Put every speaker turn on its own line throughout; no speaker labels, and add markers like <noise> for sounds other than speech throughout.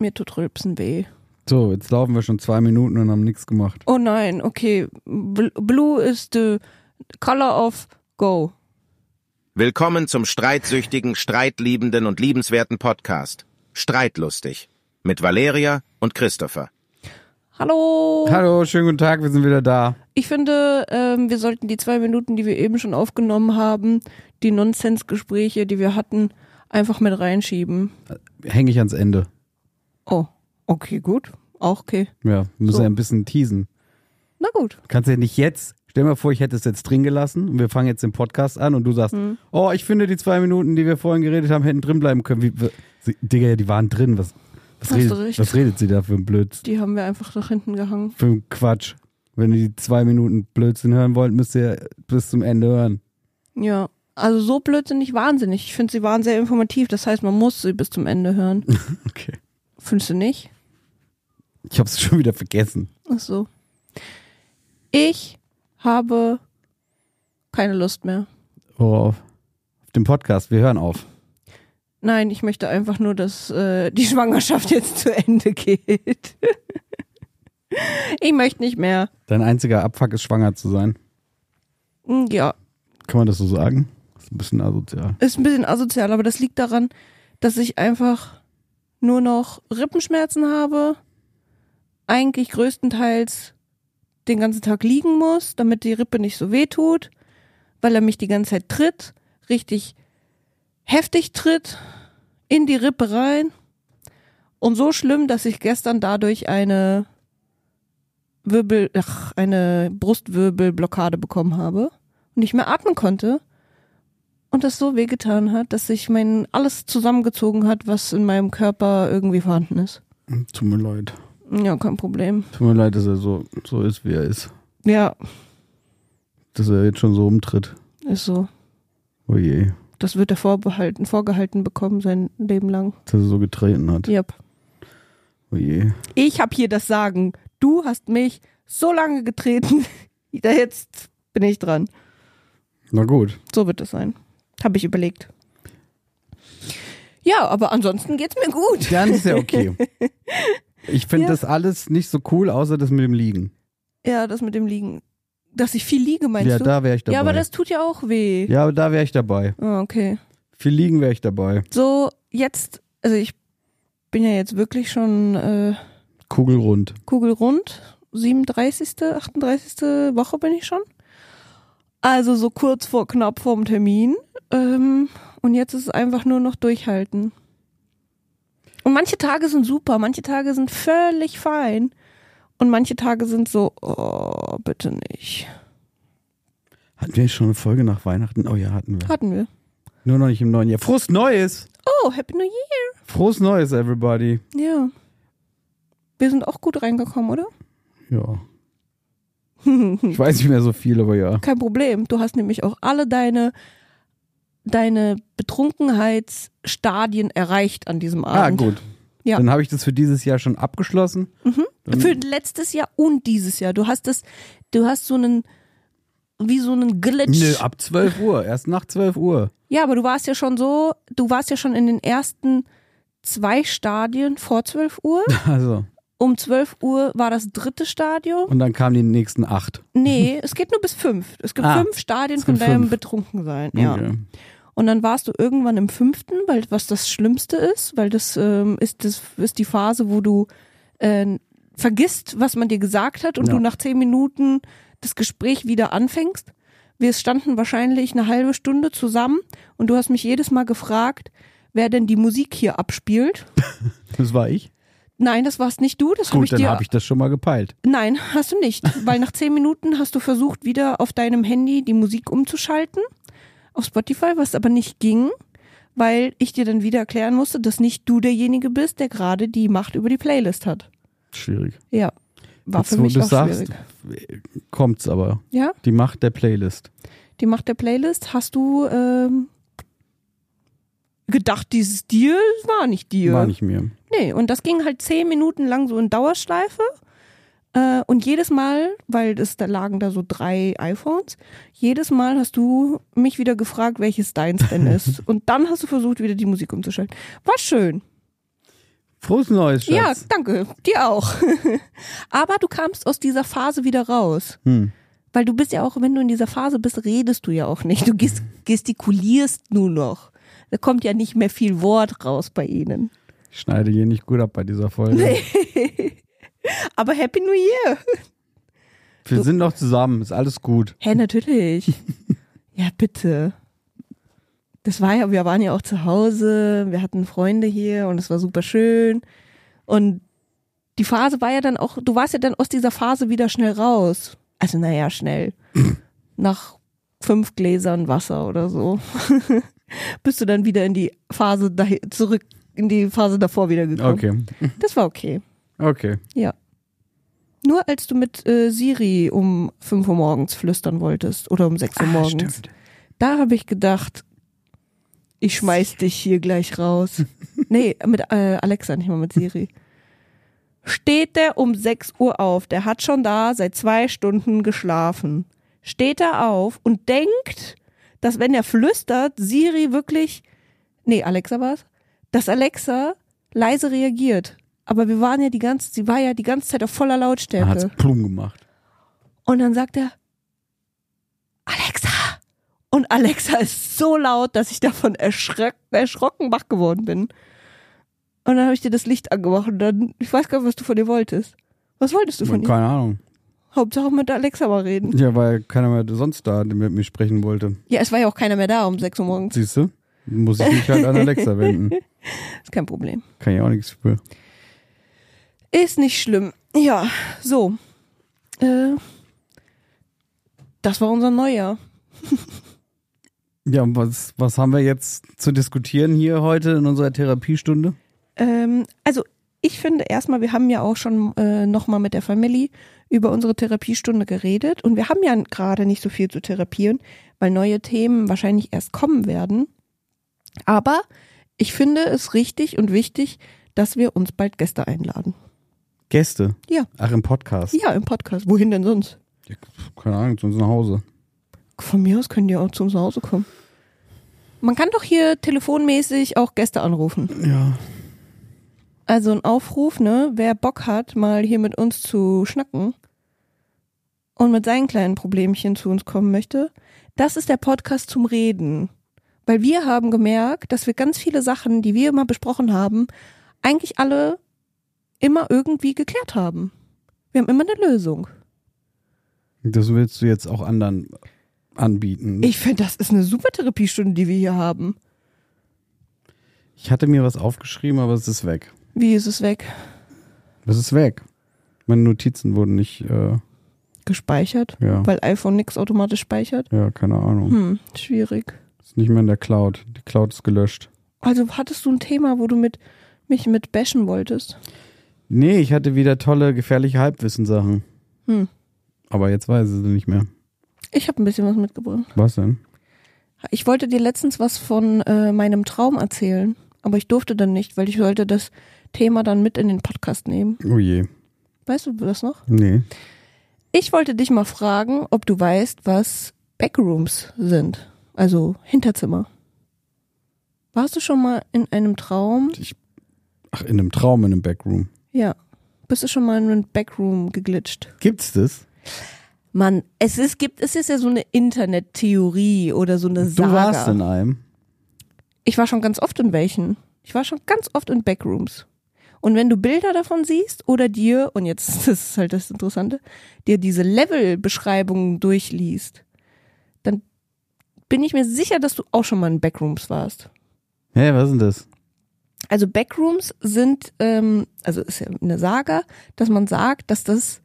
Mir tut Rülpsen weh.
So, jetzt laufen wir schon zwei Minuten und haben nichts gemacht.
Oh nein, okay. Bl- Blue is the color of go.
Willkommen zum streitsüchtigen, streitliebenden und liebenswerten Podcast. Streitlustig. Mit Valeria und Christopher.
Hallo.
Hallo, schönen guten Tag, wir sind wieder da.
Ich finde, ähm, wir sollten die zwei Minuten, die wir eben schon aufgenommen haben, die Nonsensgespräche, die wir hatten, einfach mit reinschieben.
Hänge ich ans Ende.
Oh, okay, gut. Auch okay.
Ja, wir müssen
So.
ja ein bisschen teasen.
Na gut.
Kannst ja nicht jetzt, stell dir mal vor, ich hätte es jetzt drin gelassen und wir fangen jetzt den Podcast an und du sagst,
Mhm.
oh, ich finde die zwei Minuten, die wir vorhin geredet haben, hätten drin bleiben können. Wie, w- sie, Digga, ja, die waren drin. Was, was,
Hast du
redet,
recht.
was redet sie da für ein Blödsinn?
Die haben wir einfach nach hinten gehangen.
Für ein Quatsch. Wenn ihr die zwei Minuten Blödsinn hören wollt, müsst ihr bis zum Ende hören.
Ja. Also so blödsinnig wahnsinnig. Ich finde, sie waren sehr informativ. Das heißt, man muss sie bis zum Ende hören. <laughs>
Okay.
Findest du nicht?
Ich hab's <laughs> schon wieder vergessen.
Ach so. Ich habe keine Lust mehr.
Worauf? Auf dem Podcast, wir hören auf.
Nein, ich möchte einfach nur, dass äh, die <laughs> Schwangerschaft jetzt zu Ende geht. <laughs> ich möchte nicht mehr.
Dein einziger Abfuck ist schwanger zu sein.
Hm, Ja,
Kann man das so sagen? Ist ein bisschen asozial.
ist ein bisschen asozial, aber das liegt daran, dass ich einfach nur noch Rippenschmerzen habe, eigentlich größtenteils den ganzen Tag liegen muss, damit die Rippe nicht so weh tut, weil er mich die ganze Zeit tritt, richtig heftig tritt, in die Rippe rein. Und so schlimm, dass ich gestern dadurch eine Wirbel, ach, eine Brustwirbelblockade bekommen habe und nicht mehr atmen konnte und das so wehgetan hat, dass sich mein alles zusammengezogen hat, was in meinem Körper irgendwie vorhanden ist.
Tut mir leid.
Ja, kein Problem.
Tut mir leid, dass er so, so ist, wie er ist.
Ja,
Dass er jetzt schon so umtritt.
ist so.
Oh je,
Das wird er vorbehalten, vorgehalten bekommen sein Leben lang.
dass er so getreten hat.
Yep.
Oh je.
Ich habe hier das Sagen. Du hast mich so lange getreten. <laughs> Da Jetzt bin ich dran.
Na gut.
So wird das sein. Habe ich überlegt. Ja, aber ansonsten geht's mir gut.
Dann ist
<laughs>
ja okay. Ich finde
Ja.
das alles nicht so cool, außer das mit dem Liegen.
Ja, das mit dem Liegen. Dass ich viel liege, meinst
ja,
du?
da wäre ich dabei.
Ja, aber das tut ja auch weh.
ja, aber da wäre ich dabei.
Ah, okay.
Viel Liegen wäre ich dabei.
so jetzt, also ich bin ja jetzt wirklich schon äh,
Kugelrund.
kugelrund, 37., 38. Woche bin ich schon. Also so kurz vor, knapp vorm Termin. Ähm, und jetzt ist es einfach nur noch durchhalten. Und manche Tage sind super, manche Tage sind völlig fein. Und manche Tage sind so, oh, bitte nicht.
Hatten wir schon eine Folge nach Weihnachten? Oh ja, hatten wir.
Hatten wir.
Nur noch nicht im neuen Jahr. Frohes Neues!
Oh, Happy New Year.
Frohes Neues, everybody.
Ja. Wir sind auch gut reingekommen, oder?
Ja. <laughs> ich weiß nicht mehr so viel, aber ja.
Kein Problem. Du hast nämlich auch alle deine, deine Betrunkenheitsstadien erreicht an diesem
Ah,
Abend.
gut.
Ja. Mhm.
Dann habe ich das für dieses Jahr schon abgeschlossen.
Für letztes Jahr und dieses Jahr. Du hast das, du hast so einen, wie so einen Glitch.
Nö, ab 12 Uhr. Erst nach 12 Uhr. <laughs>
Ja, aber du warst ja schon so, du warst ja schon in den ersten zwei Stadien vor 12
<laughs>
Uhr.
Also.
Um 12 Uhr war das dritte Stadium.
Und dann kamen die nächsten acht.
Nee, es geht nur bis fünf. Es gibt
Ah,
fünf Stadien
es
von
gibt
deinem
fünf.
Betrunkensein. Ja.
Okay.
Und dann warst du irgendwann im fünften, weil was das Schlimmste ist, weil das ähm, ist das ist die Phase, wo du äh, vergisst, was man dir gesagt hat und
Ja.
du nach zehn Minuten das Gespräch wieder anfängst. Wir standen wahrscheinlich eine halbe Stunde zusammen und du hast mich jedes Mal gefragt, wer denn die Musik hier abspielt.
Das war ich.
Nein, das warst nicht du, das habe
Gut,
ich
dann
dir.
habe ich das schon mal gepeilt.
Nein, hast du nicht, weil nach zehn Minuten hast du versucht, wieder auf deinem Handy die Musik umzuschalten auf Spotify, was aber nicht ging, weil ich dir dann wieder erklären musste, dass nicht du derjenige bist, der gerade die Macht über die Playlist hat.
Schwierig.
Ja, war
Jetzt,
für
wo
mich
du
auch
sagst,
schwierig.
kommt's aber.
Ja,
Die Macht der Playlist.
die Macht der Playlist hast du ähm, gedacht, dieses Deal war nicht Deal.
War nicht mir.
Nee, und das ging halt zehn Minuten lang so in Dauerschleife. Äh, und jedes Mal, weil es da lagen da so drei iPhones, jedes Mal hast du mich wieder gefragt, welches deins denn ist. und dann hast du versucht, wieder die Musik umzuschalten. War schön.
Frohes Neues,
Ja,
Schatz.
danke. Dir auch. <laughs> Aber du kamst aus dieser Phase wieder raus.
Hm.
Weil du bist ja auch, wenn du in dieser Phase bist, redest du ja auch nicht. Du gest gestikulierst nur noch. Da kommt ja nicht mehr viel Wort raus bei ihnen.
Ich schneide hier nicht gut ab bei dieser Folge.
Aber Happy New Year.
Wir sind noch zusammen, ist alles gut.
Hä, natürlich. ja, bitte. Das war ja, wir waren ja auch zu Hause, wir hatten Freunde hier und es war super schön. Und die Phase war ja dann auch, du warst ja dann aus dieser Phase wieder schnell raus. Also naja, schnell. Nach fünf Gläsern Wasser oder so. <laughs> Bist du dann wieder in die Phase dahi- zurück, in die Phase davor wieder gekommen.
Okay,
Das war okay.
okay.
Ja. Nur als du mit äh, Siri um 5 Uhr morgens flüstern wolltest oder um
Ah,
6 Uhr morgens, da habe ich gedacht, ich schmeiß dich hier gleich raus. nee, mit äh, Alexa, nicht mal mit Siri. Steht der um 6 Uhr auf, der hat schon da seit zwei Stunden geschlafen. Steht er auf und denkt, dass wenn er flüstert, Siri wirklich, nee, Alexa war's, dass Alexa leise reagiert. Aber wir waren ja die ganze, sie war ja die ganze Zeit auf voller Lautstärke.
Er hat's plum gemacht.
Und dann sagt er, Alexa. Und Alexa ist so laut, dass ich davon erschreck, erschrocken wach geworden bin. Und dann habe ich dir das Licht angemacht und dann, ich weiß gar nicht, was du von dir wolltest. Was wolltest du von ihr?
Keine Ahnung.
Hauptsache mit Alexa mal reden.
Ja, weil keiner mehr sonst da mit mir sprechen wollte.
Ja, es war ja auch keiner mehr da um 6 Uhr morgens.
Siehst du? Muss ich mich halt an Alexa wenden.
<laughs> Ist kein Problem.
Kann ich auch nichts für.
Ist nicht schlimm. Ja, so. Äh, das war unser Neujahr.
Ja, und was, was haben wir jetzt zu diskutieren hier heute in unserer Therapiestunde?
Ähm, also ich finde erstmal, wir haben ja auch schon äh, nochmal mit der Family über unsere Therapiestunde geredet und wir haben ja gerade nicht so viel zu therapieren, weil neue Themen wahrscheinlich erst kommen werden. Aber ich finde es richtig und wichtig, dass wir uns bald Gäste einladen.
Gäste.
Ja.
Ach, im Podcast.
Ja, im Podcast. Wohin denn sonst?
Ja, keine Ahnung, zu uns nach Hause.
Von mir aus können die auch zu uns nach Hause kommen. Man kann doch hier telefonmäßig auch Gäste anrufen.
Ja.
Also ein Aufruf, ne? Wer Bock hat, mal hier mit uns zu schnacken und mit seinen kleinen Problemchen zu uns kommen möchte, das ist der Podcast zum Reden. Weil wir haben gemerkt, dass wir ganz viele Sachen, die wir immer besprochen haben, eigentlich alle immer irgendwie geklärt haben. Wir haben immer eine Lösung.
Das willst du jetzt auch anderen anbieten.
Ich finde, das ist eine super Therapiestunde, die wir hier haben.
ich hatte mir was aufgeschrieben, aber es ist weg.
Wie ist es weg?
Es ist weg. Meine Notizen wurden nicht, äh,
Gespeichert?
ja,
Weil iPhone nichts automatisch speichert?
ja, keine Ahnung.
Hm, schwierig.
Ist nicht mehr in der Cloud. Die Cloud ist gelöscht.
Also hattest du ein Thema, wo du mit mich mit bashen wolltest?
Nee, ich hatte wieder tolle, gefährliche Halbwissen-Sachen.
Hm.
Aber jetzt weiß ich sie nicht mehr.
Ich habe ein bisschen was mitgebracht.
Was denn?
Ich wollte dir letztens was von äh, meinem Traum erzählen, aber ich durfte dann nicht, weil ich sollte das Thema dann mit in den Podcast nehmen.
Oh je.
Weißt du das noch?
Nee.
Ich wollte dich mal fragen, ob du weißt, was Backrooms sind, also Hinterzimmer. Warst du schon mal in einem Traum?
Ach, in einem Traum, in einem Backroom.
Ja. Bist du schon mal in einem Backroom geglitscht?
Gibt's das?
Mann, es ist, gibt, es ist ja so eine Internettheorie oder so eine
Du warst in einem.
Ich war schon ganz oft in welchen. Ich war schon ganz oft in Backrooms. Und wenn du Bilder davon siehst oder dir, und jetzt <laughs> das ist halt das Interessante, dir diese Level-Beschreibungen durchliest, dann bin ich mir sicher, dass du auch schon mal in Backrooms warst.
Hä, was ist denn das?
Also Backrooms sind, ähm, also ist ja eine Saga, dass man sagt, dass das,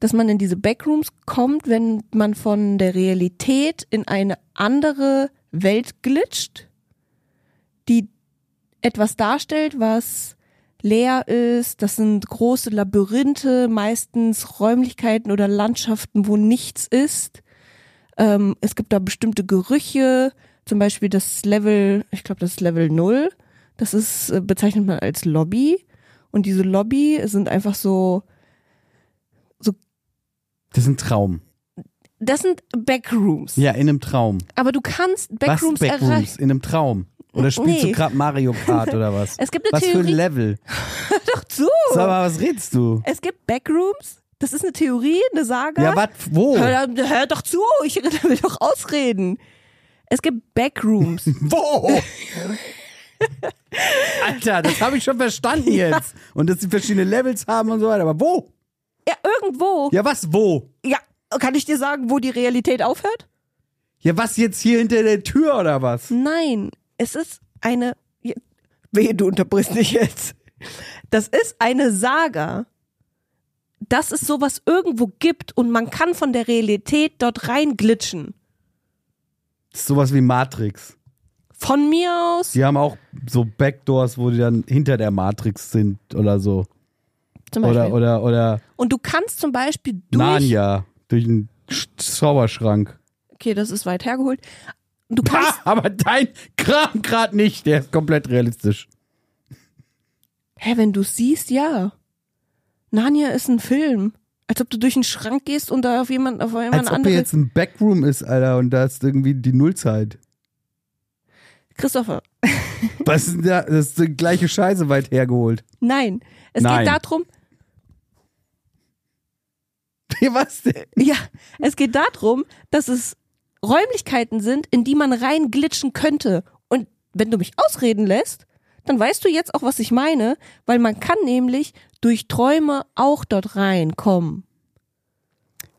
dass man in diese Backrooms kommt, wenn man von der Realität in eine andere Welt glitscht, die etwas darstellt, was leer ist. Das sind große Labyrinthe, meistens Räumlichkeiten oder Landschaften, wo nichts ist. Ähm, es gibt da bestimmte Gerüche, zum Beispiel das Level, ich glaube, das ist Level 0. Das ist, äh, bezeichnet man als Lobby. Und diese Lobby sind einfach so,
Das ist ein Traum.
das sind Backrooms.
Ja, in einem Traum.
Aber du kannst Backrooms
was Backrooms?
erreichen. Oh,
In einem Traum. Oder spielst
Nee.
du gerade Mario Kart oder was?
<laughs> Es gibt eine
was für
Theorie-
ein Level?
Doch zu!
Sag mal, was redest du?
Es gibt Backrooms. Das ist eine Theorie, eine Sage.
Ja, was? Wo?
<laughs> Hör, hör doch zu, ich <laughs> will doch ausreden. Es gibt
<laughs>
Backrooms. <laughs>
Wo? Alter, das habe ich schon
<laughs>
verstanden jetzt. Und dass sie verschiedene Levels haben und so weiter. Aber wo?
ja, irgendwo.
Ja, was wo?
Ja. kann ich dir sagen, wo die Realität aufhört?
Ja, was jetzt hier hinter der Tür oder was?
Nein, es ist eine. Wehe, du unterbrichst mich jetzt. Das ist eine Saga, dass es sowas irgendwo gibt und man kann von der Realität dort reinglitschen.
Das ist sowas wie Matrix.
Von mir aus.
Die haben auch so Backdoors, wo die dann hinter der Matrix sind oder so.
zum Beispiel.
Oder, oder, oder
Und du kannst zum Beispiel durch.
Narnia durch einen Sch- Zauberschrank.
Okay, das ist weit hergeholt. Du kannst.
Ah, aber dein Kram gerade nicht. Der ist komplett realistisch.
Hä, wenn du siehst, ja. Narnia ist ein Film. Als ob du durch einen Schrank gehst und da auf jemanden, auf einmal eine
Als ob hier
andere.
jetzt ein Backroom ist, Alter, und da ist irgendwie die Nullzeit.
Christopher,
<laughs> Was ist denn da? Das ist die gleiche Scheiße weit hergeholt. <laughs>
nein. Es
Nein.
geht darum,
Was denn?
ja, es geht darum, dass es Räumlichkeiten sind, in die man reinglitschen könnte. Und wenn du mich ausreden lässt, dann weißt du jetzt auch, was ich meine, weil man kann nämlich durch Träume auch dort reinkommen.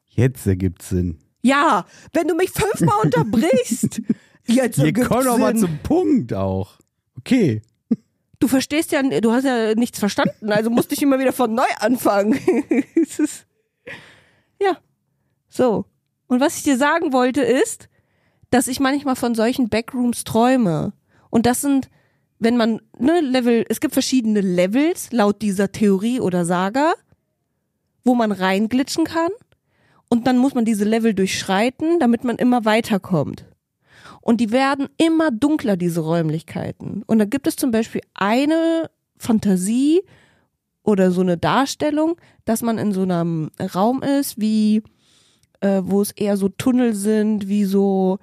Jetzt ergibt Sinn.
Ja, wenn du mich <laughs> fünfmal unterbrichst. Jetzt
Wir
ergibt
kommen doch mal
Sinn.
zum Punkt auch. Okay.
Du verstehst ja, du hast ja nichts verstanden, also musste ich immer wieder von neu anfangen. <laughs> es ist, ja, so. Und was ich dir sagen wollte ist, dass ich manchmal von solchen Backrooms träume. Und das sind, wenn man, ne, Level, es gibt verschiedene Levels laut dieser Theorie oder Saga, wo man reinglitschen kann. Und dann muss man diese Level durchschreiten, damit man immer weiterkommt. Und die werden immer dunkler, diese Räumlichkeiten. Und da gibt es zum Beispiel eine Fantasie oder so eine Darstellung, dass man in so einem Raum ist, wie äh, wo es eher so Tunnel sind, wie so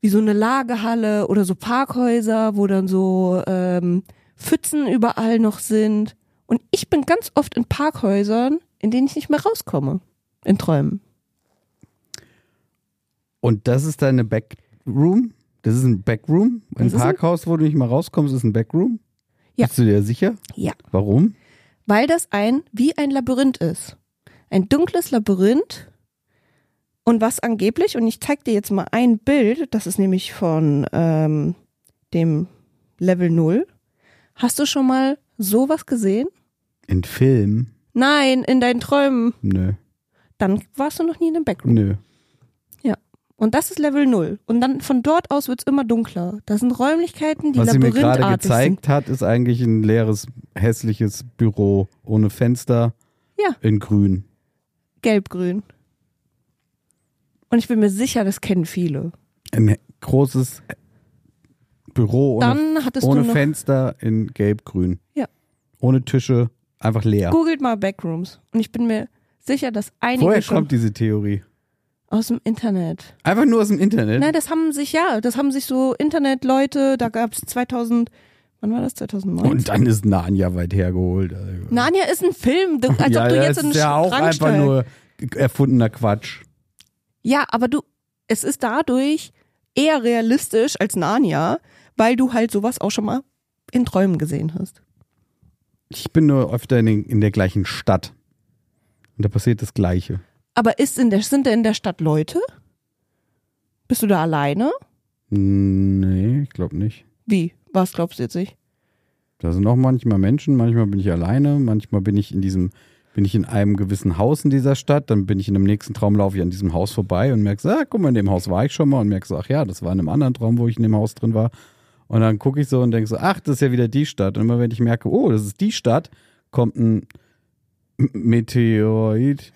wie so eine Lagerhalle oder so Parkhäuser, wo dann so ähm, Pfützen überall noch sind. Und ich bin ganz oft in Parkhäusern, in denen ich nicht mehr rauskomme, in Träumen.
Und das ist deine Backroom? Das ist ein Backroom? Ein
Das ist ein-
Parkhaus, wo du nicht mal rauskommst, ist ein Backroom?
Ja.
Bist du dir sicher?
Ja.
Warum?
weil das ein wie ein Labyrinth ist. Ein dunkles Labyrinth und was angeblich, und ich zeig dir jetzt mal ein Bild, das ist nämlich von ähm, dem Level 0. Hast du schon mal sowas gesehen?
In Film?
Nein, in deinen Träumen.
Nö.
Dann warst du noch nie in dem Backroom.
Nö.
Und das ist Level 0. Und dann von dort aus wird's immer dunkler. Das sind Räumlichkeiten, die
Was sie mir gerade
labyrinthartig sind.
gezeigt hat, ist eigentlich ein leeres, hässliches Büro ohne Fenster.
Ja.
In grün.
Gelb-grün. Und ich bin mir sicher, das kennen viele.
Ein großes Büro ohne,
Dann hattest
ohne
du noch
Fenster in gelb-grün.
Ja.
Ohne Tische, einfach leer.
Googelt mal Backrooms. Und ich bin mir sicher, dass einige
Woher
schon
kommt diese Theorie?
aus dem Internet.
Einfach nur aus dem Internet?
Na, das haben sich, ja, das haben sich so Internetleute, da gab's 2000, wann war das? 2009?
Und dann ist Narnia weit hergeholt.
Narnia ist ein Film, du, als
ja,
ob du jetzt
das
in
ist
einen
ja auch
Schrank
einfach
steigst.
nur erfundener Quatsch.
Ja, aber du, es ist dadurch eher realistisch als Narnia, weil du halt sowas auch schon mal in Träumen gesehen hast.
Ich bin nur öfter in, den, in der gleichen Stadt. Und da passiert das Gleiche.
Aber ist in der, sind da in der Stadt Leute? Bist du da alleine?
Nee, ich glaube nicht.
Wie? Was glaubst du jetzt <laughs> nicht?
Da sind auch manchmal Menschen, manchmal bin ich alleine, manchmal bin ich in diesem, bin ich in einem gewissen Haus in dieser Stadt, dann bin ich in dem nächsten Traum, laufe ich an diesem Haus vorbei und merke, ah, guck mal, in dem Haus war ich schon mal und merke so, ach ja, das war in einem anderen Traum, wo ich in dem Haus drin war. Und dann gucke ich so und denke so, ach, das ist ja wieder die Stadt. Und immer wenn ich merke, oh, das ist die Stadt, kommt ein M- Meteorit,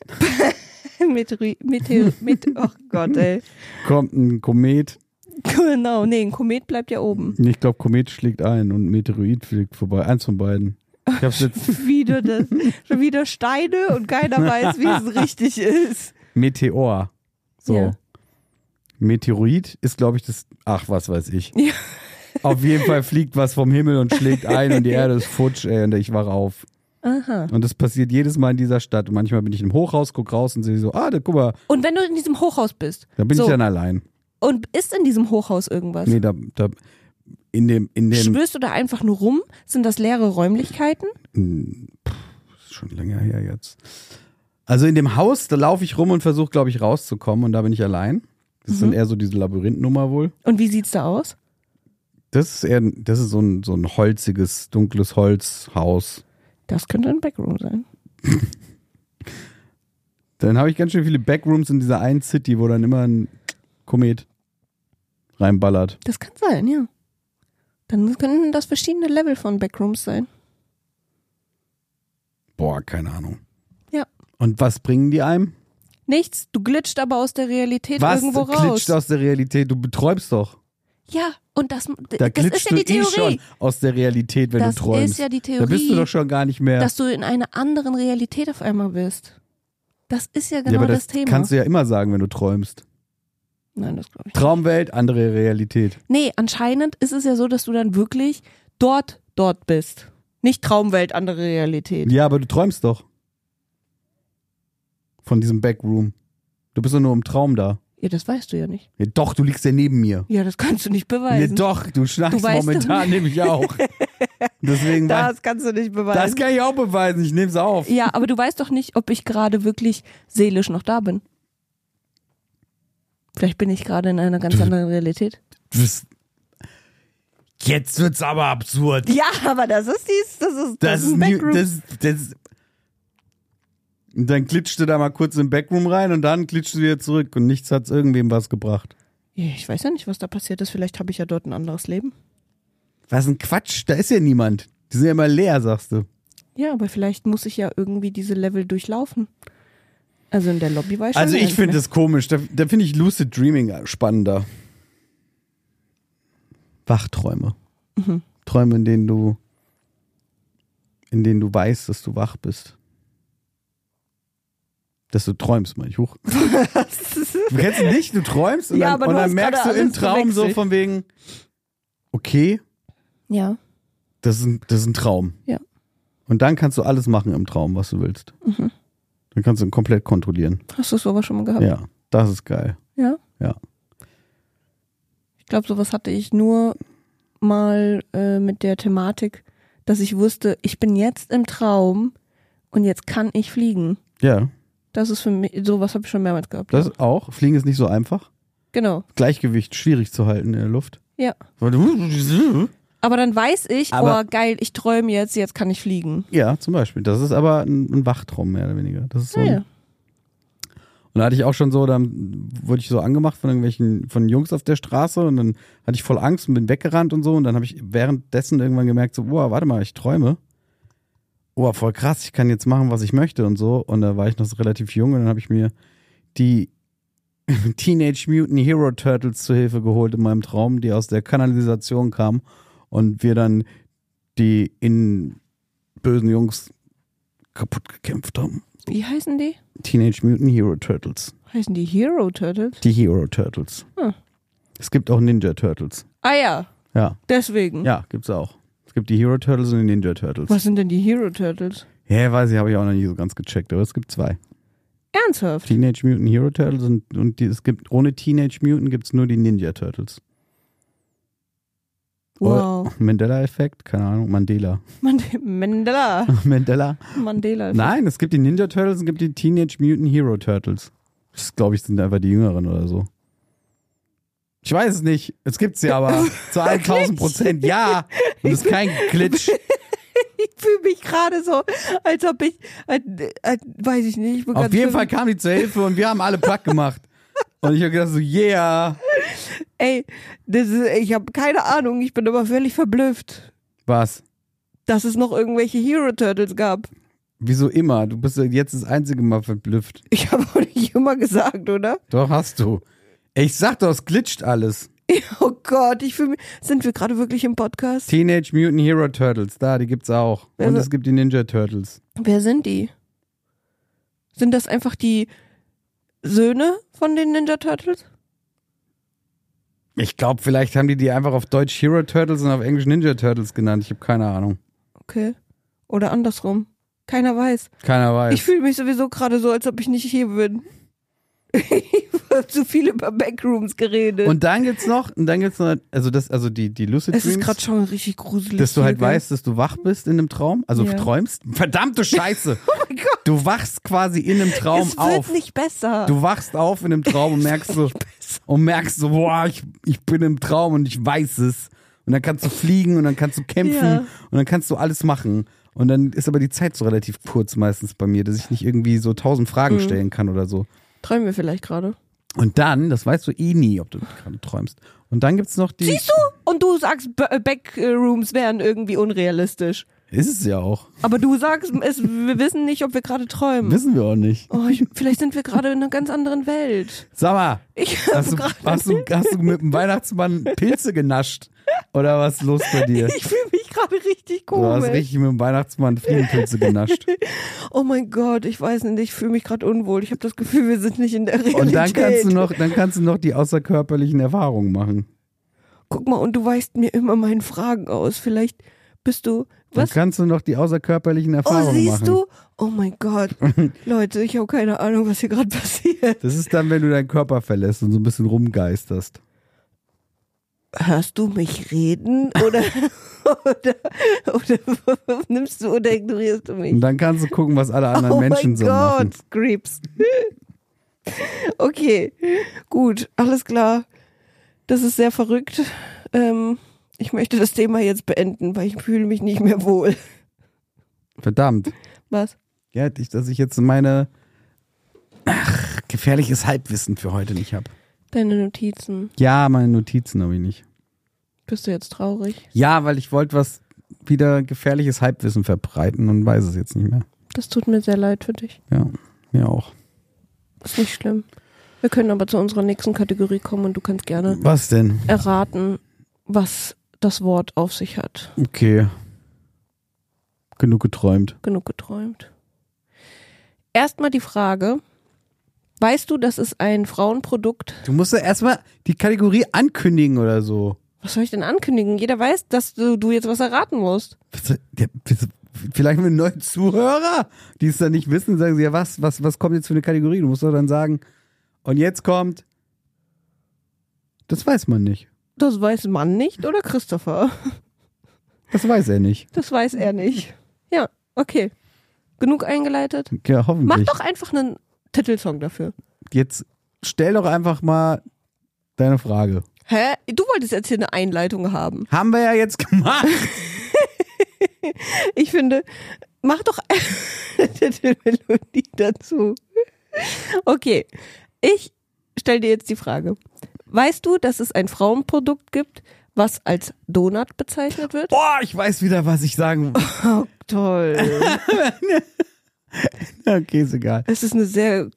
Meteor, Meteor, Meteor, oh Gott, ey.
kommt ein Komet.
<laughs> Genau, nee, ein Komet bleibt ja oben. <laughs>
Ich glaube, Komet schlägt ein und Meteorit fliegt vorbei. Eins von beiden. Ich hab's jetzt
Wieder das, schon wieder Steine und keiner weiß, wie es
<laughs>
richtig ist.
Meteor. So.
Ja.
Meteorit ist, glaube ich, das. Ach, was weiß ich. Auf jeden Fall fliegt was vom Himmel und schlägt ein
<laughs>
und die Erde ist futsch, ey, und ich wache auf.
Aha.
Und das passiert jedes Mal in dieser Stadt. Und manchmal bin ich im Hochhaus, guck raus und sehe so, ah, da, guck mal,
Und wenn du in diesem Hochhaus bist
da bin
so,
ich dann allein.
und ist in diesem Hochhaus irgendwas,
Nee, da, da, in dem, in dem,
schwirrst du da einfach nur rum? Sind das leere Räumlichkeiten?
ist schon länger her jetzt. Also in dem Haus, da laufe ich rum und versuche, glaube ich, rauszukommen und da bin ich allein. Das
Mhm.
ist dann eher so diese Labyrinthnummer wohl.
Und wie sieht's da aus?
Das ist eher, das ist so ein, so ein holziges, dunkles Holzhaus.
Das könnte ein Backroom sein.
Dann habe ich ganz schön viele Backrooms in dieser einen City, wo dann immer ein Komet reinballert.
Das kann sein, ja. Dann könnten das verschiedene Level von Backrooms sein.
Boah, keine Ahnung.
Ja.
Und was bringen die einem?
Nichts, du glitscht aber aus der Realität
Was
irgendwo raus.
glitscht aus der Realität? Du beträumst doch.
Ja, und das,
Da
das
glitschst
ist
du
ja die
eh
Theorie,
schon aus der Realität, wenn
Das
du träumst.
ist ja die
Da bist
Theorie.
du doch schon gar nicht mehr.
dass du in einer anderen Realität auf einmal bist. Das ist ja genau
ja, aber
das,
das,
Thema.
kannst du ja immer sagen, wenn du träumst.
Nein, das glaube ich. nicht.
Traumwelt, andere Realität.
Nee, anscheinend ist es ja so, dass du dann wirklich dort, dort bist. Nicht Traumwelt, andere Realität.
Ja, aber du träumst doch. Von diesem Backroom. Du bist doch nur im Traum da.
Ja, das weißt du ja nicht.
Ja, doch, du liegst ja neben mir.
Ja, das kannst du nicht
Ja,
beweisen.
doch, du
Du
schnarchst
weißt
momentan
doch-
nämlich <laughs> auch. Deswegen das,
das kannst du nicht beweisen.
das kann ich auch beweisen, ich nehm's auf.
Ja, aber du weißt doch nicht, ob ich gerade wirklich seelisch noch da bin. Vielleicht bin ich gerade in einer ganz anderen Realität.
Du bist- Jetzt wird's aber absurd.
Ja, aber das ist dies, das ist
Das ist,
ein
new,
Backroom.
das, das und dann klitschte da mal kurz im Backroom rein und dann klitschte wieder zurück und nichts hat's irgendwem was gebracht.
ich weiß ja nicht, was da passiert ist. Vielleicht habe ich ja dort ein anderes Leben.
Was ein Quatsch, da ist ja niemand. Die sind ja immer leer, sagst du.
Ja, aber vielleicht muss ich ja irgendwie diese Level durchlaufen. Also in der Lobby war ich schon
Also
gar
ich
nicht ne?
finde
mehr.
das komisch. Da, da finde ich Lucid Dreaming spannender. Wachträume.
Mhm.
Träume, in denen du in denen du weißt, dass du wach bist. Dass du träumst, mein ich. Huch. <laughs> Du kennst ihn nicht, du träumst und
Ja,
dann,
aber
und
du
dann
hast
merkst du
gerade
im
alles
Traum so
verwechselt.
von wegen, okay,
Ja,
das ist, ein, das ist ein Traum.
Ja.
Und dann kannst du alles machen im Traum, was du willst. Dann kannst du ihn komplett kontrollieren.
mhm. hast du sowas schon mal gehabt?
Ja, das ist geil.
ja?
Ja.
Ich glaube, sowas hatte ich nur mal äh, mit der Thematik, dass ich wusste, ich bin jetzt im Traum und jetzt kann ich fliegen.
Ja,
Das ist für mich, sowas habe ich schon mehrmals gehabt.
das auch. Fliegen ist nicht so einfach.
genau,
Gleichgewicht schwierig zu halten in der Luft.
ja. Aber dann weiß ich,
Aber-
oh geil, ich träume jetzt, jetzt kann ich fliegen.
Ja, zum Beispiel. Das ist aber ein, ein Wachtraum, mehr oder weniger. Das ist so ein,
Naja.
Und da hatte ich auch schon so, dann wurde ich so angemacht von irgendwelchen, von Jungs auf der Straße und dann hatte ich voll Angst und bin weggerannt und so. Und dann habe ich währenddessen irgendwann gemerkt, so, boah, warte mal, ich träume. Boah, voll krass, ich kann jetzt machen, was ich möchte und so. Und da war ich noch so relativ jung und dann habe ich mir die <laughs> Teenage Mutant Hero Turtles zu Hilfe geholt in meinem Traum, die aus der Kanalisation kamen und wir dann die in bösen Jungs kaputt gekämpft haben.
Wie heißen die?
Teenage Mutant Hero Turtles.
Heißen die Hero Turtles?
Die Hero Turtles.
Hm.
Es gibt auch Ninja Turtles.
Ah ja,
Ja,
deswegen.
ja, gibt's auch. Es gibt die Hero Turtles und die Ninja Turtles.
Hm? Was sind denn die Hero Turtles?
Ja, weiß ich, habe ich auch noch nie so ganz gecheckt, aber es gibt zwei.
Ernsthaft?
Teenage Mutant Hero Turtles und, und die, es gibt ohne Teenage Mutant gibt's nur die Ninja Turtles. Oh.
Wow.
Mandela-Effekt? Keine Ahnung, Mandela. <laughs>
Mand Mandela.
Mandela?
Mandela.
Nein, es gibt die Ninja Turtles und es gibt die Teenage Mutant Hero Turtles. Das glaube ich sind einfach die Jüngeren oder so. Ich weiß es nicht. Es gibt's sie aber
<laughs>
zu 1000 Prozent. Ja. Und es ist kein Glitch.
Ich fühle mich gerade so, als ob ich, als, als, weiß ich nicht. Ich bin
Auf
ganz
jeden
schlimm.
Fall kam die zur Hilfe und wir haben alle
<laughs>
Plack gemacht. Und ich habe gedacht so, yeah.
Ey, das ist, ich habe keine Ahnung. Ich bin aber völlig verblüfft,
Was?
dass es noch irgendwelche Hero Turtles gab.
Wieso immer? Du bist jetzt das einzige Mal verblüfft.
Ich habe auch nicht immer gesagt, oder?
Doch hast du. Ich sag doch, es glitscht alles.
Oh Gott, ich fühle mich. Sind wir gerade wirklich im Podcast?
Teenage Mutant Hero Turtles, da, die gibt's auch. Und
Also-
es gibt die Ninja Turtles.
Wer sind die? Sind das einfach die Söhne von den Ninja Turtles?
Ich glaube, vielleicht haben die die einfach auf Deutsch Hero Turtles und auf Englisch Ninja Turtles genannt. Ich habe keine Ahnung.
Okay. Oder andersrum. Keiner weiß.
Keiner weiß.
Ich fühle mich sowieso gerade so, als ob ich nicht hier bin. <laughs> ich habe zu viel über Backrooms geredet.
und dann gibt's noch, und dann gibt's noch, also das, also die, die Lucid
es ist
Dreams,
gerade schon richtig gruselig.
dass du halt
hier, gell?
weißt, dass du wach bist in einem Traum, also
Ja. Oh
träumst.
<laughs>
Verdammte Scheiße. du wachst quasi in einem Traum
es wird
auf.
nicht besser.
Du wachst auf in einem Traum
<laughs>
und merkst so, und merkst so, boah, ich, ich bin im Traum und ich weiß es. Und dann kannst du fliegen und dann kannst du kämpfen
Ja.
und dann kannst du alles machen. Und dann ist aber die Zeit so relativ kurz meistens bei mir, dass ich nicht irgendwie so tausend Fragen
Mhm.
stellen kann oder so.
Träumen wir vielleicht gerade.
Und dann, das weißt du eh nie, ob du gerade träumst. Und dann gibt's noch die.
Siehst du? Und du sagst, B äh, Backrooms wären irgendwie unrealistisch.
Ist es ja auch.
Aber du sagst, es, wir wissen nicht, ob wir gerade träumen.
Wissen wir auch nicht.
Oh, ich, vielleicht sind wir gerade in einer ganz anderen Welt.
Sag mal,
Ich <laughs>
hast
habe
du,
gerade.
hast, du, hast du mit dem Weihnachtsmann Pilze genascht? Oder was ist los bei dir?
Ich fühle mich gerade richtig
Du hast
komisch.
richtig mit dem Weihnachtsmann
<laughs>
Fliegenpilze genascht.
Oh mein Gott, ich weiß nicht, ich fühle mich gerade unwohl. Ich habe das Gefühl, wir sind nicht in der Realität.
Und dann kannst du noch, dann kannst du noch die außerkörperlichen Erfahrungen machen.
Guck mal, und du weichst mir immer meinen Fragen aus. Vielleicht bist du.
Dann
Was?
kannst du noch die außerkörperlichen Erfahrungen
oh, siehst
machen.
du? Oh mein
<laughs>
Gott. Leute, ich habe keine Ahnung, was hier gerade passiert.
Das ist dann, wenn du deinen Körper verlässt und so ein bisschen rumgeisterst.
Hörst du mich reden oder, <laughs> oder, oder <laughs> nimmst du oder ignorierst du
Und
mich?
dann kannst du gucken, was alle anderen
oh
Menschen
mein
so machen.
Gott, Creeps. <laughs> okay, gut, alles klar. Das ist sehr verrückt. Ähm, ich möchte das Thema jetzt beenden, weil ich fühle mich nicht mehr wohl. <laughs>
Verdammt.
Was?
Ja, hätte ich, dass ich jetzt meine ach, gefährliches Halbwissen für heute nicht habe.
Deine Notizen.
Ja, meine Notizen habe ich nicht.
Bist du jetzt traurig?
Ja, weil ich wollte was wieder gefährliches Halbwissen verbreiten und weiß es jetzt nicht mehr.
Das tut mir sehr leid für dich.
Ja, mir auch.
Ist nicht schlimm. Wir können aber zu unserer nächsten Kategorie kommen und du kannst gerne
Was denn?
erraten, was das Wort auf sich hat.
Okay. Genug geträumt.
Genug geträumt. Erstmal die Frage. Weißt du, das ist ein Frauenprodukt?
Du musst ja erstmal die Kategorie ankündigen oder so.
Was soll ich denn ankündigen? Jeder weiß, dass du, du jetzt was erraten musst.
Was- ja, was- Vielleicht mit neuen Zuhörer, die es dann nicht wissen, sagen sie, ja, was, was, was kommt jetzt für eine Kategorie? Du musst doch dann sagen, und jetzt kommt. Das weiß man nicht.
Das weiß Mann nicht oder Christopher?
Das weiß er nicht.
Das weiß er nicht. Ja, okay. Genug eingeleitet.
Ja,
Mach
hoffentlich.
doch einfach einen Titelsong dafür.
Jetzt stell doch einfach mal deine Frage.
Hä? Du wolltest jetzt hier eine Einleitung haben.
Haben wir ja jetzt gemacht. <laughs>
Ich finde, mach doch <laughs> eine Titelmelodie dazu. Okay, ich stelle dir jetzt die Frage. Weißt du, dass es ein Frauenprodukt gibt, was als Donut bezeichnet wird?
Boah, ich weiß wieder, was ich sagen will.
<laughs> Oh, toll.
<laughs> Okay, ist egal.
es ist eine sehr,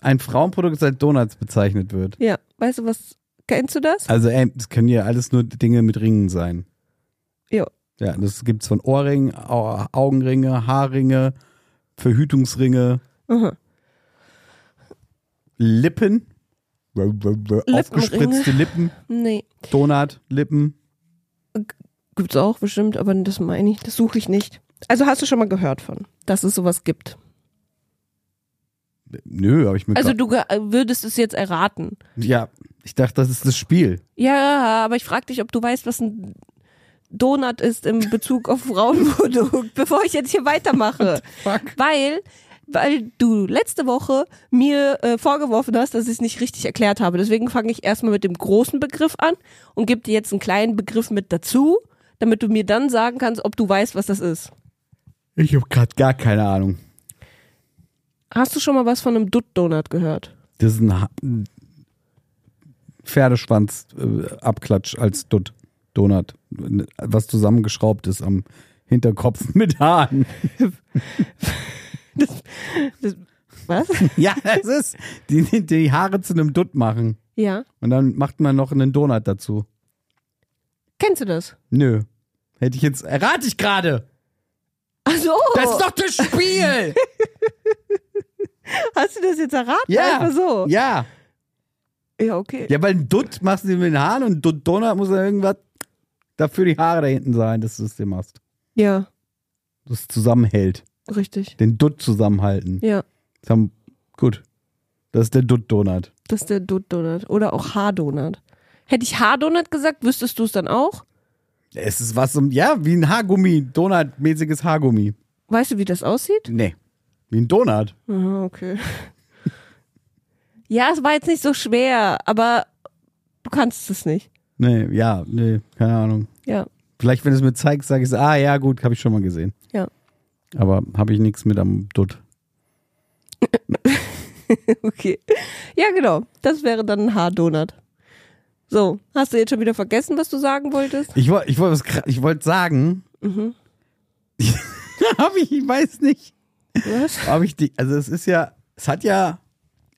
Ein Frauenprodukt, das als Donuts bezeichnet wird.
ja, weißt du was, kennst du das?
Also, ey, das können ja alles nur Dinge mit Ringen sein.
Ja.
Ja, das gibt's von Ohrringen, Au- Augenringe, Haarringe, Verhütungsringe,
Aha.
Lippen, w- w- w- aufgespritzte Lippen,
Nee,
Donutlippen.
gibt's auch bestimmt, aber das meine ich, das suche ich nicht. Also hast du schon mal gehört von, dass es sowas gibt?
Nö, habe ich mir
Also
grad-
du ge- würdest es jetzt erraten.
Ja, ich dachte, das ist das Spiel.
Ja, aber ich frage dich, ob du weißt, was ein Donut ist im Bezug auf Frauenprodukt, bevor ich jetzt hier weitermache.
<laughs> Fuck.
Weil, weil du letzte Woche mir äh, vorgeworfen hast, dass ich es nicht richtig erklärt habe. Deswegen fange ich erstmal mit dem großen Begriff an und gebe dir jetzt einen kleinen Begriff mit dazu, damit du mir dann sagen kannst, ob du weißt, was das ist.
Ich habe gerade gar keine Ahnung.
Hast du schon mal was von einem Dutt-Donut gehört?
Das ist ein ha ein Pferdeschwanz äh, Abklatsch als Dutt Donut, was zusammengeschraubt ist am Hinterkopf <laughs> mit Haaren.
Das,
<laughs>
was?
Ja, das ist die, die- die Haare zu einem Dutt machen
ja.
und dann macht man noch einen Donut dazu.
Kennst du das?
Nö. Hätte ich jetzt errate ich gerade.
Ach so.
Das ist doch das Spiel.
Hast du das jetzt erraten?
<laughs> Ja.
Einfach so.
Ja.
Ja, okay.
Ja, weil ein Dutt machst du dir mit den Haaren und Dutt Donut muss ja irgendwas dafür die Haare da hinten sein, dass du es dir machst.
Ja,
Dass es zusammenhält.
richtig.
Den Dutt zusammenhalten.
Ja,
Das haben, gut. Das ist der Dutt Donut.
das ist der Dutt-Donut. Oder auch Haardonut. Hätte ich Haardonut gesagt, wüsstest du es dann auch?
Es ist was, um, ja, wie ein Haargummi. Donut-mäßiges Haargummi.
Weißt du, wie das aussieht?
Nee. Wie ein Donut.
Ah, okay. <laughs> ja, es war jetzt nicht so schwer, aber du kannst es nicht.
Nee, ja, nee, keine Ahnung.
Ja,
Vielleicht, wenn du es mir zeigst, sage ich, ah ja, gut, habe ich schon mal gesehen.
Ja.
Aber habe ich nichts mit am Dutt.
<laughs> okay. Ja, genau. Das wäre dann ein Haardonut. So, hast du jetzt schon wieder vergessen, was du sagen <laughs> wolltest?
Ich wollte ich wollt was gra- ich wollt sagen, <laughs>
Mhm.
habe ich, ich weiß nicht,
Was?
ob ich die, also es ist ja, es hat ja,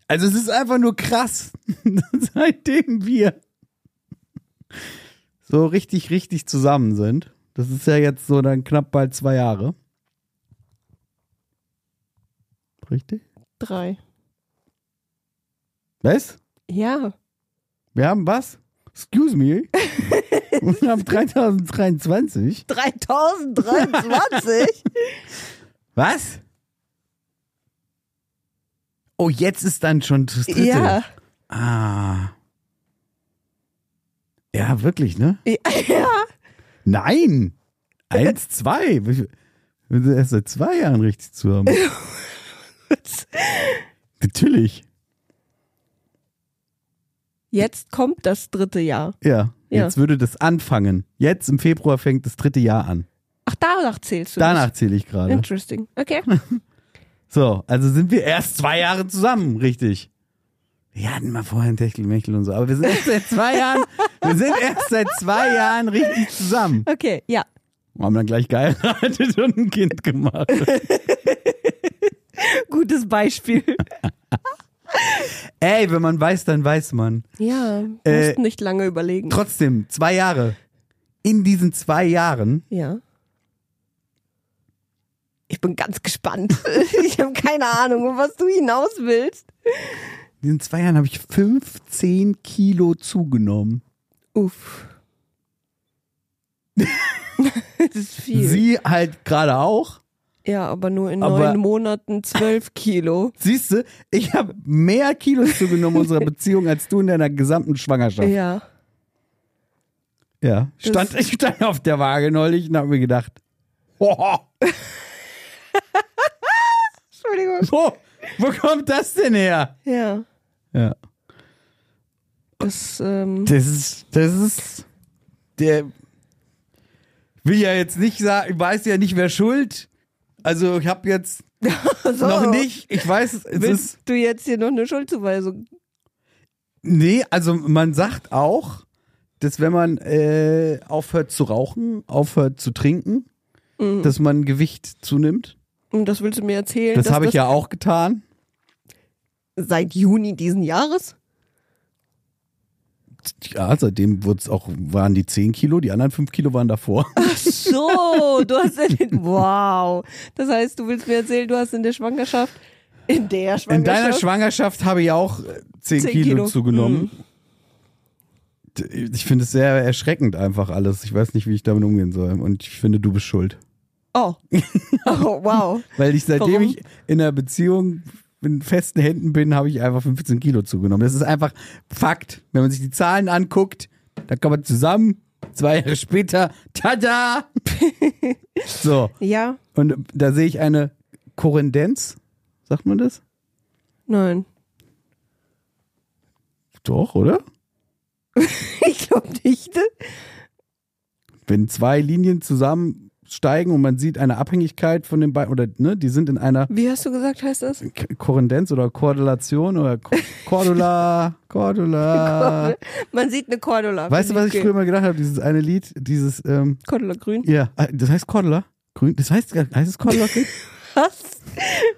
also es ist einfach nur krass, <laughs> seitdem wir so richtig, richtig zusammen sind. Das ist ja jetzt so dann knapp bald zwei Jahre. Richtig?
Drei.
Was?
Ja.
Wir haben was? Excuse me. Wir haben 3023.
3023?
Was? Oh, jetzt ist dann schon das
<laughs>
dritte.
ja.
Ah. Ja, wirklich, ne?
ja. Ja. <laughs>
Nein. Eins, zwei. Wir wir sind erst seit zwei Jahren richtig zusammen. <laughs> Natürlich.
Jetzt kommt das dritte Jahr.
Ja.
Ja.
Jetzt würde das anfangen. Jetzt im Februar fängt das dritte Jahr an.
Ach, danach zählst du.
Danach zähle ich
das.
gerade.
Interesting. Okay.
So, also sind wir erst zwei Jahre zusammen, richtig. Wir hatten mal vorher ein Techtelmechtel und so, aber wir sind erst seit zwei Jahren, wir sind erst seit zwei Jahren richtig zusammen.
Okay,
<laughs>
ja.
Wir haben dann gleich geheiratet und ein Kind gemacht. <laughs>
Gutes Beispiel.
Ey, wenn man weiß, dann weiß man.
Ja,
Äh,
musst nicht lange überlegen.
Trotzdem, zwei Jahre. In diesen zwei Jahren
Ja. Ich bin ganz gespannt. <laughs> ich habe keine Ahnung, um was du hinaus willst.
In diesen zwei Jahren habe ich 15 Kilo zugenommen.
Uff. <laughs> das ist viel.
Sie halt gerade auch.
ja, aber nur in
Aber-
neun Monaten zwölf
<laughs>
Kilo.
Siehst du, ich habe mehr Kilos zugenommen
<laughs>
in unserer Beziehung als du in deiner gesamten Schwangerschaft.
Ja.
Ja.
Das-
Stand, ich stand auf der Waage neulich und habe mir gedacht, oh,
Entschuldigung.
oh, wo kommt das denn her?
Ja.
Ja.
Das, ähm,
Das ist, das ist, der will ja jetzt nicht sagen, ich weiß ja nicht, wer schuld. Also ich habe jetzt
so.
noch nicht, ich weiß, es ist,
Willst du jetzt hier noch eine Schuldzuweisung?
nee, also man sagt auch, dass wenn man äh, aufhört zu rauchen, aufhört zu trinken,
Mhm.
dass man Gewicht zunimmt.
Und das willst du mir erzählen?
Das
dass
habe ich ja auch getan.
Seit Juni diesen Jahres?
Ja, seitdem wurd's auch, waren die 10 Kilo, die anderen 5 Kilo
<laughs>
waren davor.
Ach so, du hast in den, <laughs> wow. Das heißt, du willst mir erzählen, du hast in der Schwangerschaft, in der Schwangerschaft,
In deiner Schwangerschaft habe ich auch äh, 10,
10
Kilo,
Kilo. Mhm.
zugenommen. D- Ich finde es sehr erschreckend einfach alles. Ich weiß nicht, wie ich damit umgehen soll. Und ich finde, du bist schuld. <laughs>
oh. oh, wow.
Weil ich seitdem
Warum?
ich in einer Beziehung in festen Händen bin, habe ich einfach 15 Kilo zugenommen. Das ist einfach Fakt. Wenn man sich die Zahlen anguckt, dann kommt man zusammen. Zwei Jahre später, <laughs> tada! so.
Ja,
Und da sehe ich eine Korrendenz, sagt man das?
nein.
Doch, oder?
Ich glaube nicht.
Wenn zwei Linien zusammensteigen und man sieht eine Abhängigkeit von den beiden, oder ne, die sind in einer
Wie hast du gesagt, heißt das?
K Korrendenz oder Korrelation oder Ko- Cordula, <laughs> Cordula.
Man sieht eine Cordula.
Weißt du, was ich
Okay.
früher mal gedacht habe? Dieses eine Lied, dieses, ähm,
Cordula grün.
ja, ah, das heißt Cordula. Grün, das heißt, heißt
<laughs>
es Cordula? Grün?
Was?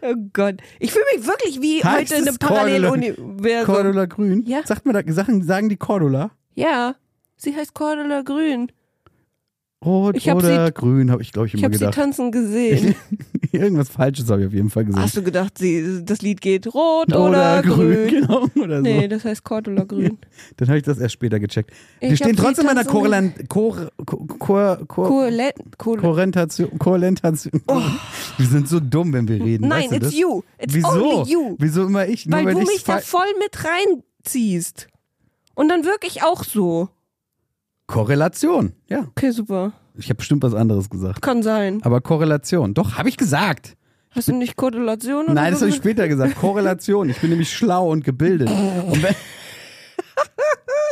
Oh Gott. Ich fühle mich wirklich wie
Heißt
heute in einem
es Cordula-
Paralleluniversum.
Cordula Grün?
Ja.
Sagt man da, sagen, sagen die Cordula?
Ja, sie heißt Cordula grün.
Rot
Ich hab
oder grün, habe ich, glaube ich,
Ich
immer
habe sie
gedacht.
tanzen gesehen.
<laughs> Irgendwas Falsches habe ich auf jeden Fall gesehen.
Hast du gedacht, sie, das Lied geht rot oder, grün?
<laughs> Genau, oder so.
Nee, das heißt Cordula Grün.
Dann habe ich das erst später gecheckt. Wir
Ich
stehen
hab sie
trotzdem an der
tanzen
Korrelan Kor Kor Kor Kor
Cool, cool.
Korrentation. Korrentation. Wir sind so dumm, wenn wir reden.
Oh. Nein,
weißt du
it's
das?
you. It's
Wieso?
only you.
Wieso immer ich? Nur
Weil du
ich's
mich da
fal-
voll mit reinziehst. Und dann wirke ich auch so.
Korrelation. Ja,
Okay, super.
ich habe bestimmt was anderes gesagt.
Kann sein.
Aber Korrelation. Doch, habe ich gesagt.
Hast du nicht Korrelation oder
Nein, das
so?
habe ich später gesagt. Korrelation. Ich bin nämlich schlau und gebildet. Und wenn,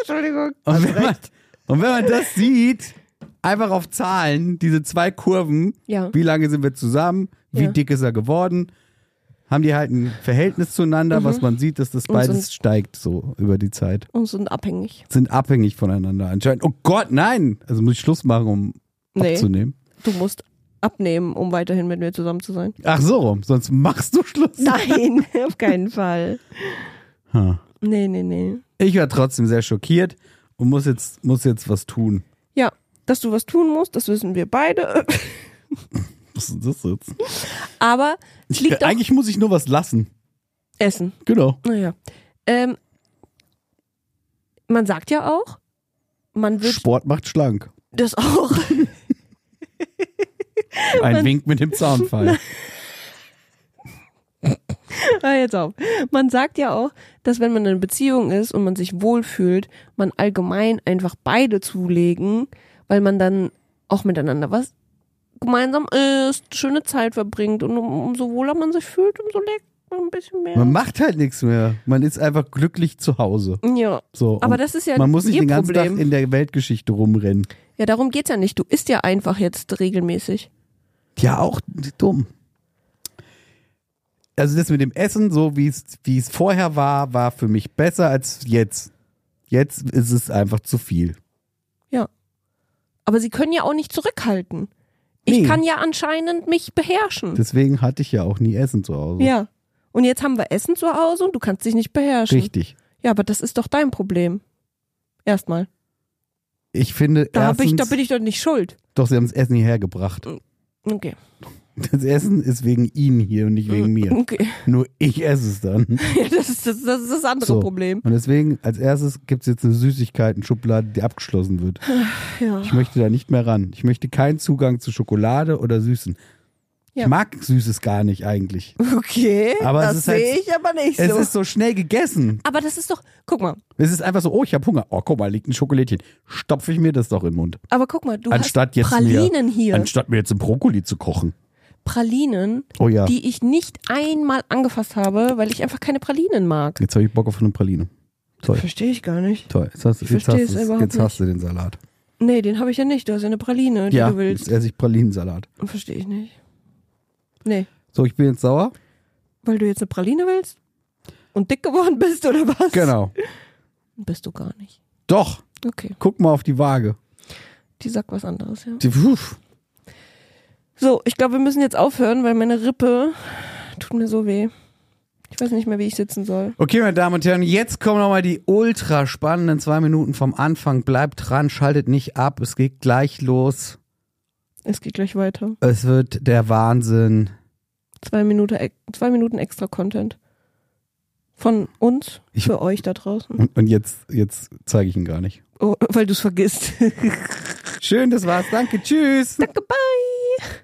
Entschuldigung.
und wenn, man, und wenn man das sieht, einfach auf Zahlen, diese zwei Kurven,
Ja.
wie lange sind wir zusammen, wie
Ja.
dick ist er geworden, haben die halt ein Verhältnis zueinander, was man sieht, dass das
Mhm. Und
beides
sonst-
steigt so über die Zeit.
Und sind abhängig.
Sind abhängig voneinander anscheinend. Oh Gott, nein! Also muss ich Schluss machen, um
Nee.
abzunehmen.
Du musst abnehmen, um weiterhin mit mir zusammen zu
<laughs>
sein.
Ach so, rum, sonst machst du Schluss.
Nein, <laughs> auf keinen Fall.
Ha.
Nee, nee, nee.
Ich war trotzdem sehr schockiert und muss jetzt, muss jetzt was tun.
Ja, dass du was tun musst, das wissen wir beide. <laughs>
Was ist das jetzt?
Aber es liegt auch
Eigentlich muss ich nur was lassen.
Essen.
Genau.
Naja. Ähm, man sagt ja auch, man wird
Sport
<laughs>
macht schlank.
das auch.
Ein Wink mit
<laughs>
dem Zaunfall.
Hör jetzt auf. Man sagt ja auch, dass wenn man in einer Beziehung ist und man sich wohlfühlt, man allgemein einfach beide zulegen, weil man dann auch miteinander was gemeinsam isst, schöne Zeit verbringt und um, umso wohler man sich fühlt, umso leckt man ein bisschen mehr.
Man macht halt nichts mehr. Man ist einfach glücklich zu Hause.
ja.
So.
Aber
Und
das ist ja
man muss nicht
ihr
den ganzen
Problem.
Tag in der Weltgeschichte rumrennen.
Ja, darum geht's ja nicht. Du isst ja einfach jetzt regelmäßig.
Ja, auch dumm. Also das mit dem Essen, so wie es wie es vorher war, war für mich besser als jetzt. Jetzt ist es einfach zu viel.
Aber sie können ja auch nicht zurückhalten. Ich
Nee.
kann ja anscheinend mich beherrschen.
Deswegen hatte ich ja auch nie Essen zu Hause.
ja. Und jetzt haben wir Essen zu Hause und du kannst dich nicht beherrschen.
Richtig.
Ja, aber das ist doch dein Problem. Erstmal.
Ich finde,
Da, hab
erstens,
ich, da bin ich doch nicht schuld.
doch, sie haben das Essen hierher gebracht.
Okay.
Das Essen ist wegen Ihnen hier und nicht
<laughs>
wegen mir.
Okay.
Nur ich esse es dann.
Ja, das, ist das, das ist das andere
So.
Problem.
Und deswegen, als erstes gibt es jetzt eine Süßigkeiten-Schublade, die abgeschlossen wird.
Ja.
Ich möchte da nicht mehr ran. Ich möchte keinen Zugang zu Schokolade oder Süßen.
Ja.
Ich mag Süßes gar
<laughs>
nicht eigentlich.
<laughs> Okay.
Aber es
das
ist halt-
sehe ich aber nicht
Es
so.
ist so schnell gegessen.
aber das ist doch, guck mal,
Es ist einfach so, oh, ich habe Hunger. Oh, guck mal, liegt ein Schokolädchen. Stopfe ich mir das doch in den Mund.
aber guck mal, du
Anstatt
hast
jetzt
Pralinen
mir,
hier.
Anstatt mir jetzt einen Brokkoli zu kochen.
Pralinen,
Oh ja.
die ich nicht einmal angefasst habe, weil ich einfach keine Pralinen mag.
Jetzt habe ich Bock auf eine Praline. Toll.
Verstehe ich gar nicht.
Toll. Jetzt hast,
Ich
jetzt hast,
verstehe es
du's.
überhaupt
jetzt hast du den Salat.
Nee, den habe ich ja nicht. Du hast ja eine Praline, die
ja,
du willst.
jetzt esse ich Pralinensalat.
Verstehe ich nicht. Nee,
So, ich bin jetzt sauer.
weil du jetzt eine Praline willst und dick geworden bist oder was?
Genau.
Bist du gar nicht.
Doch,
Okay,
guck mal auf die Waage.
die sagt was anderes, ja.
Die, puf.
So, ich glaube, wir müssen jetzt aufhören, weil meine Rippe tut mir so weh. Ich weiß nicht mehr, wie ich sitzen soll.
Okay, meine Damen und Herren, jetzt kommen nochmal die ultra spannenden zwei Minuten vom Anfang. Bleibt dran, schaltet nicht ab, es geht gleich los.
Es geht gleich weiter.
Es wird der Wahnsinn.
Zwei, Minute, e-, zwei Minuten extra Content. Von uns,
Ich- Hm.
für euch da draußen.
Und, und jetzt, jetzt zeige ich ihn gar nicht.
Oh, weil du es vergisst. <laughs>
Schön, das war's. Danke, tschüss.
Danke, bye.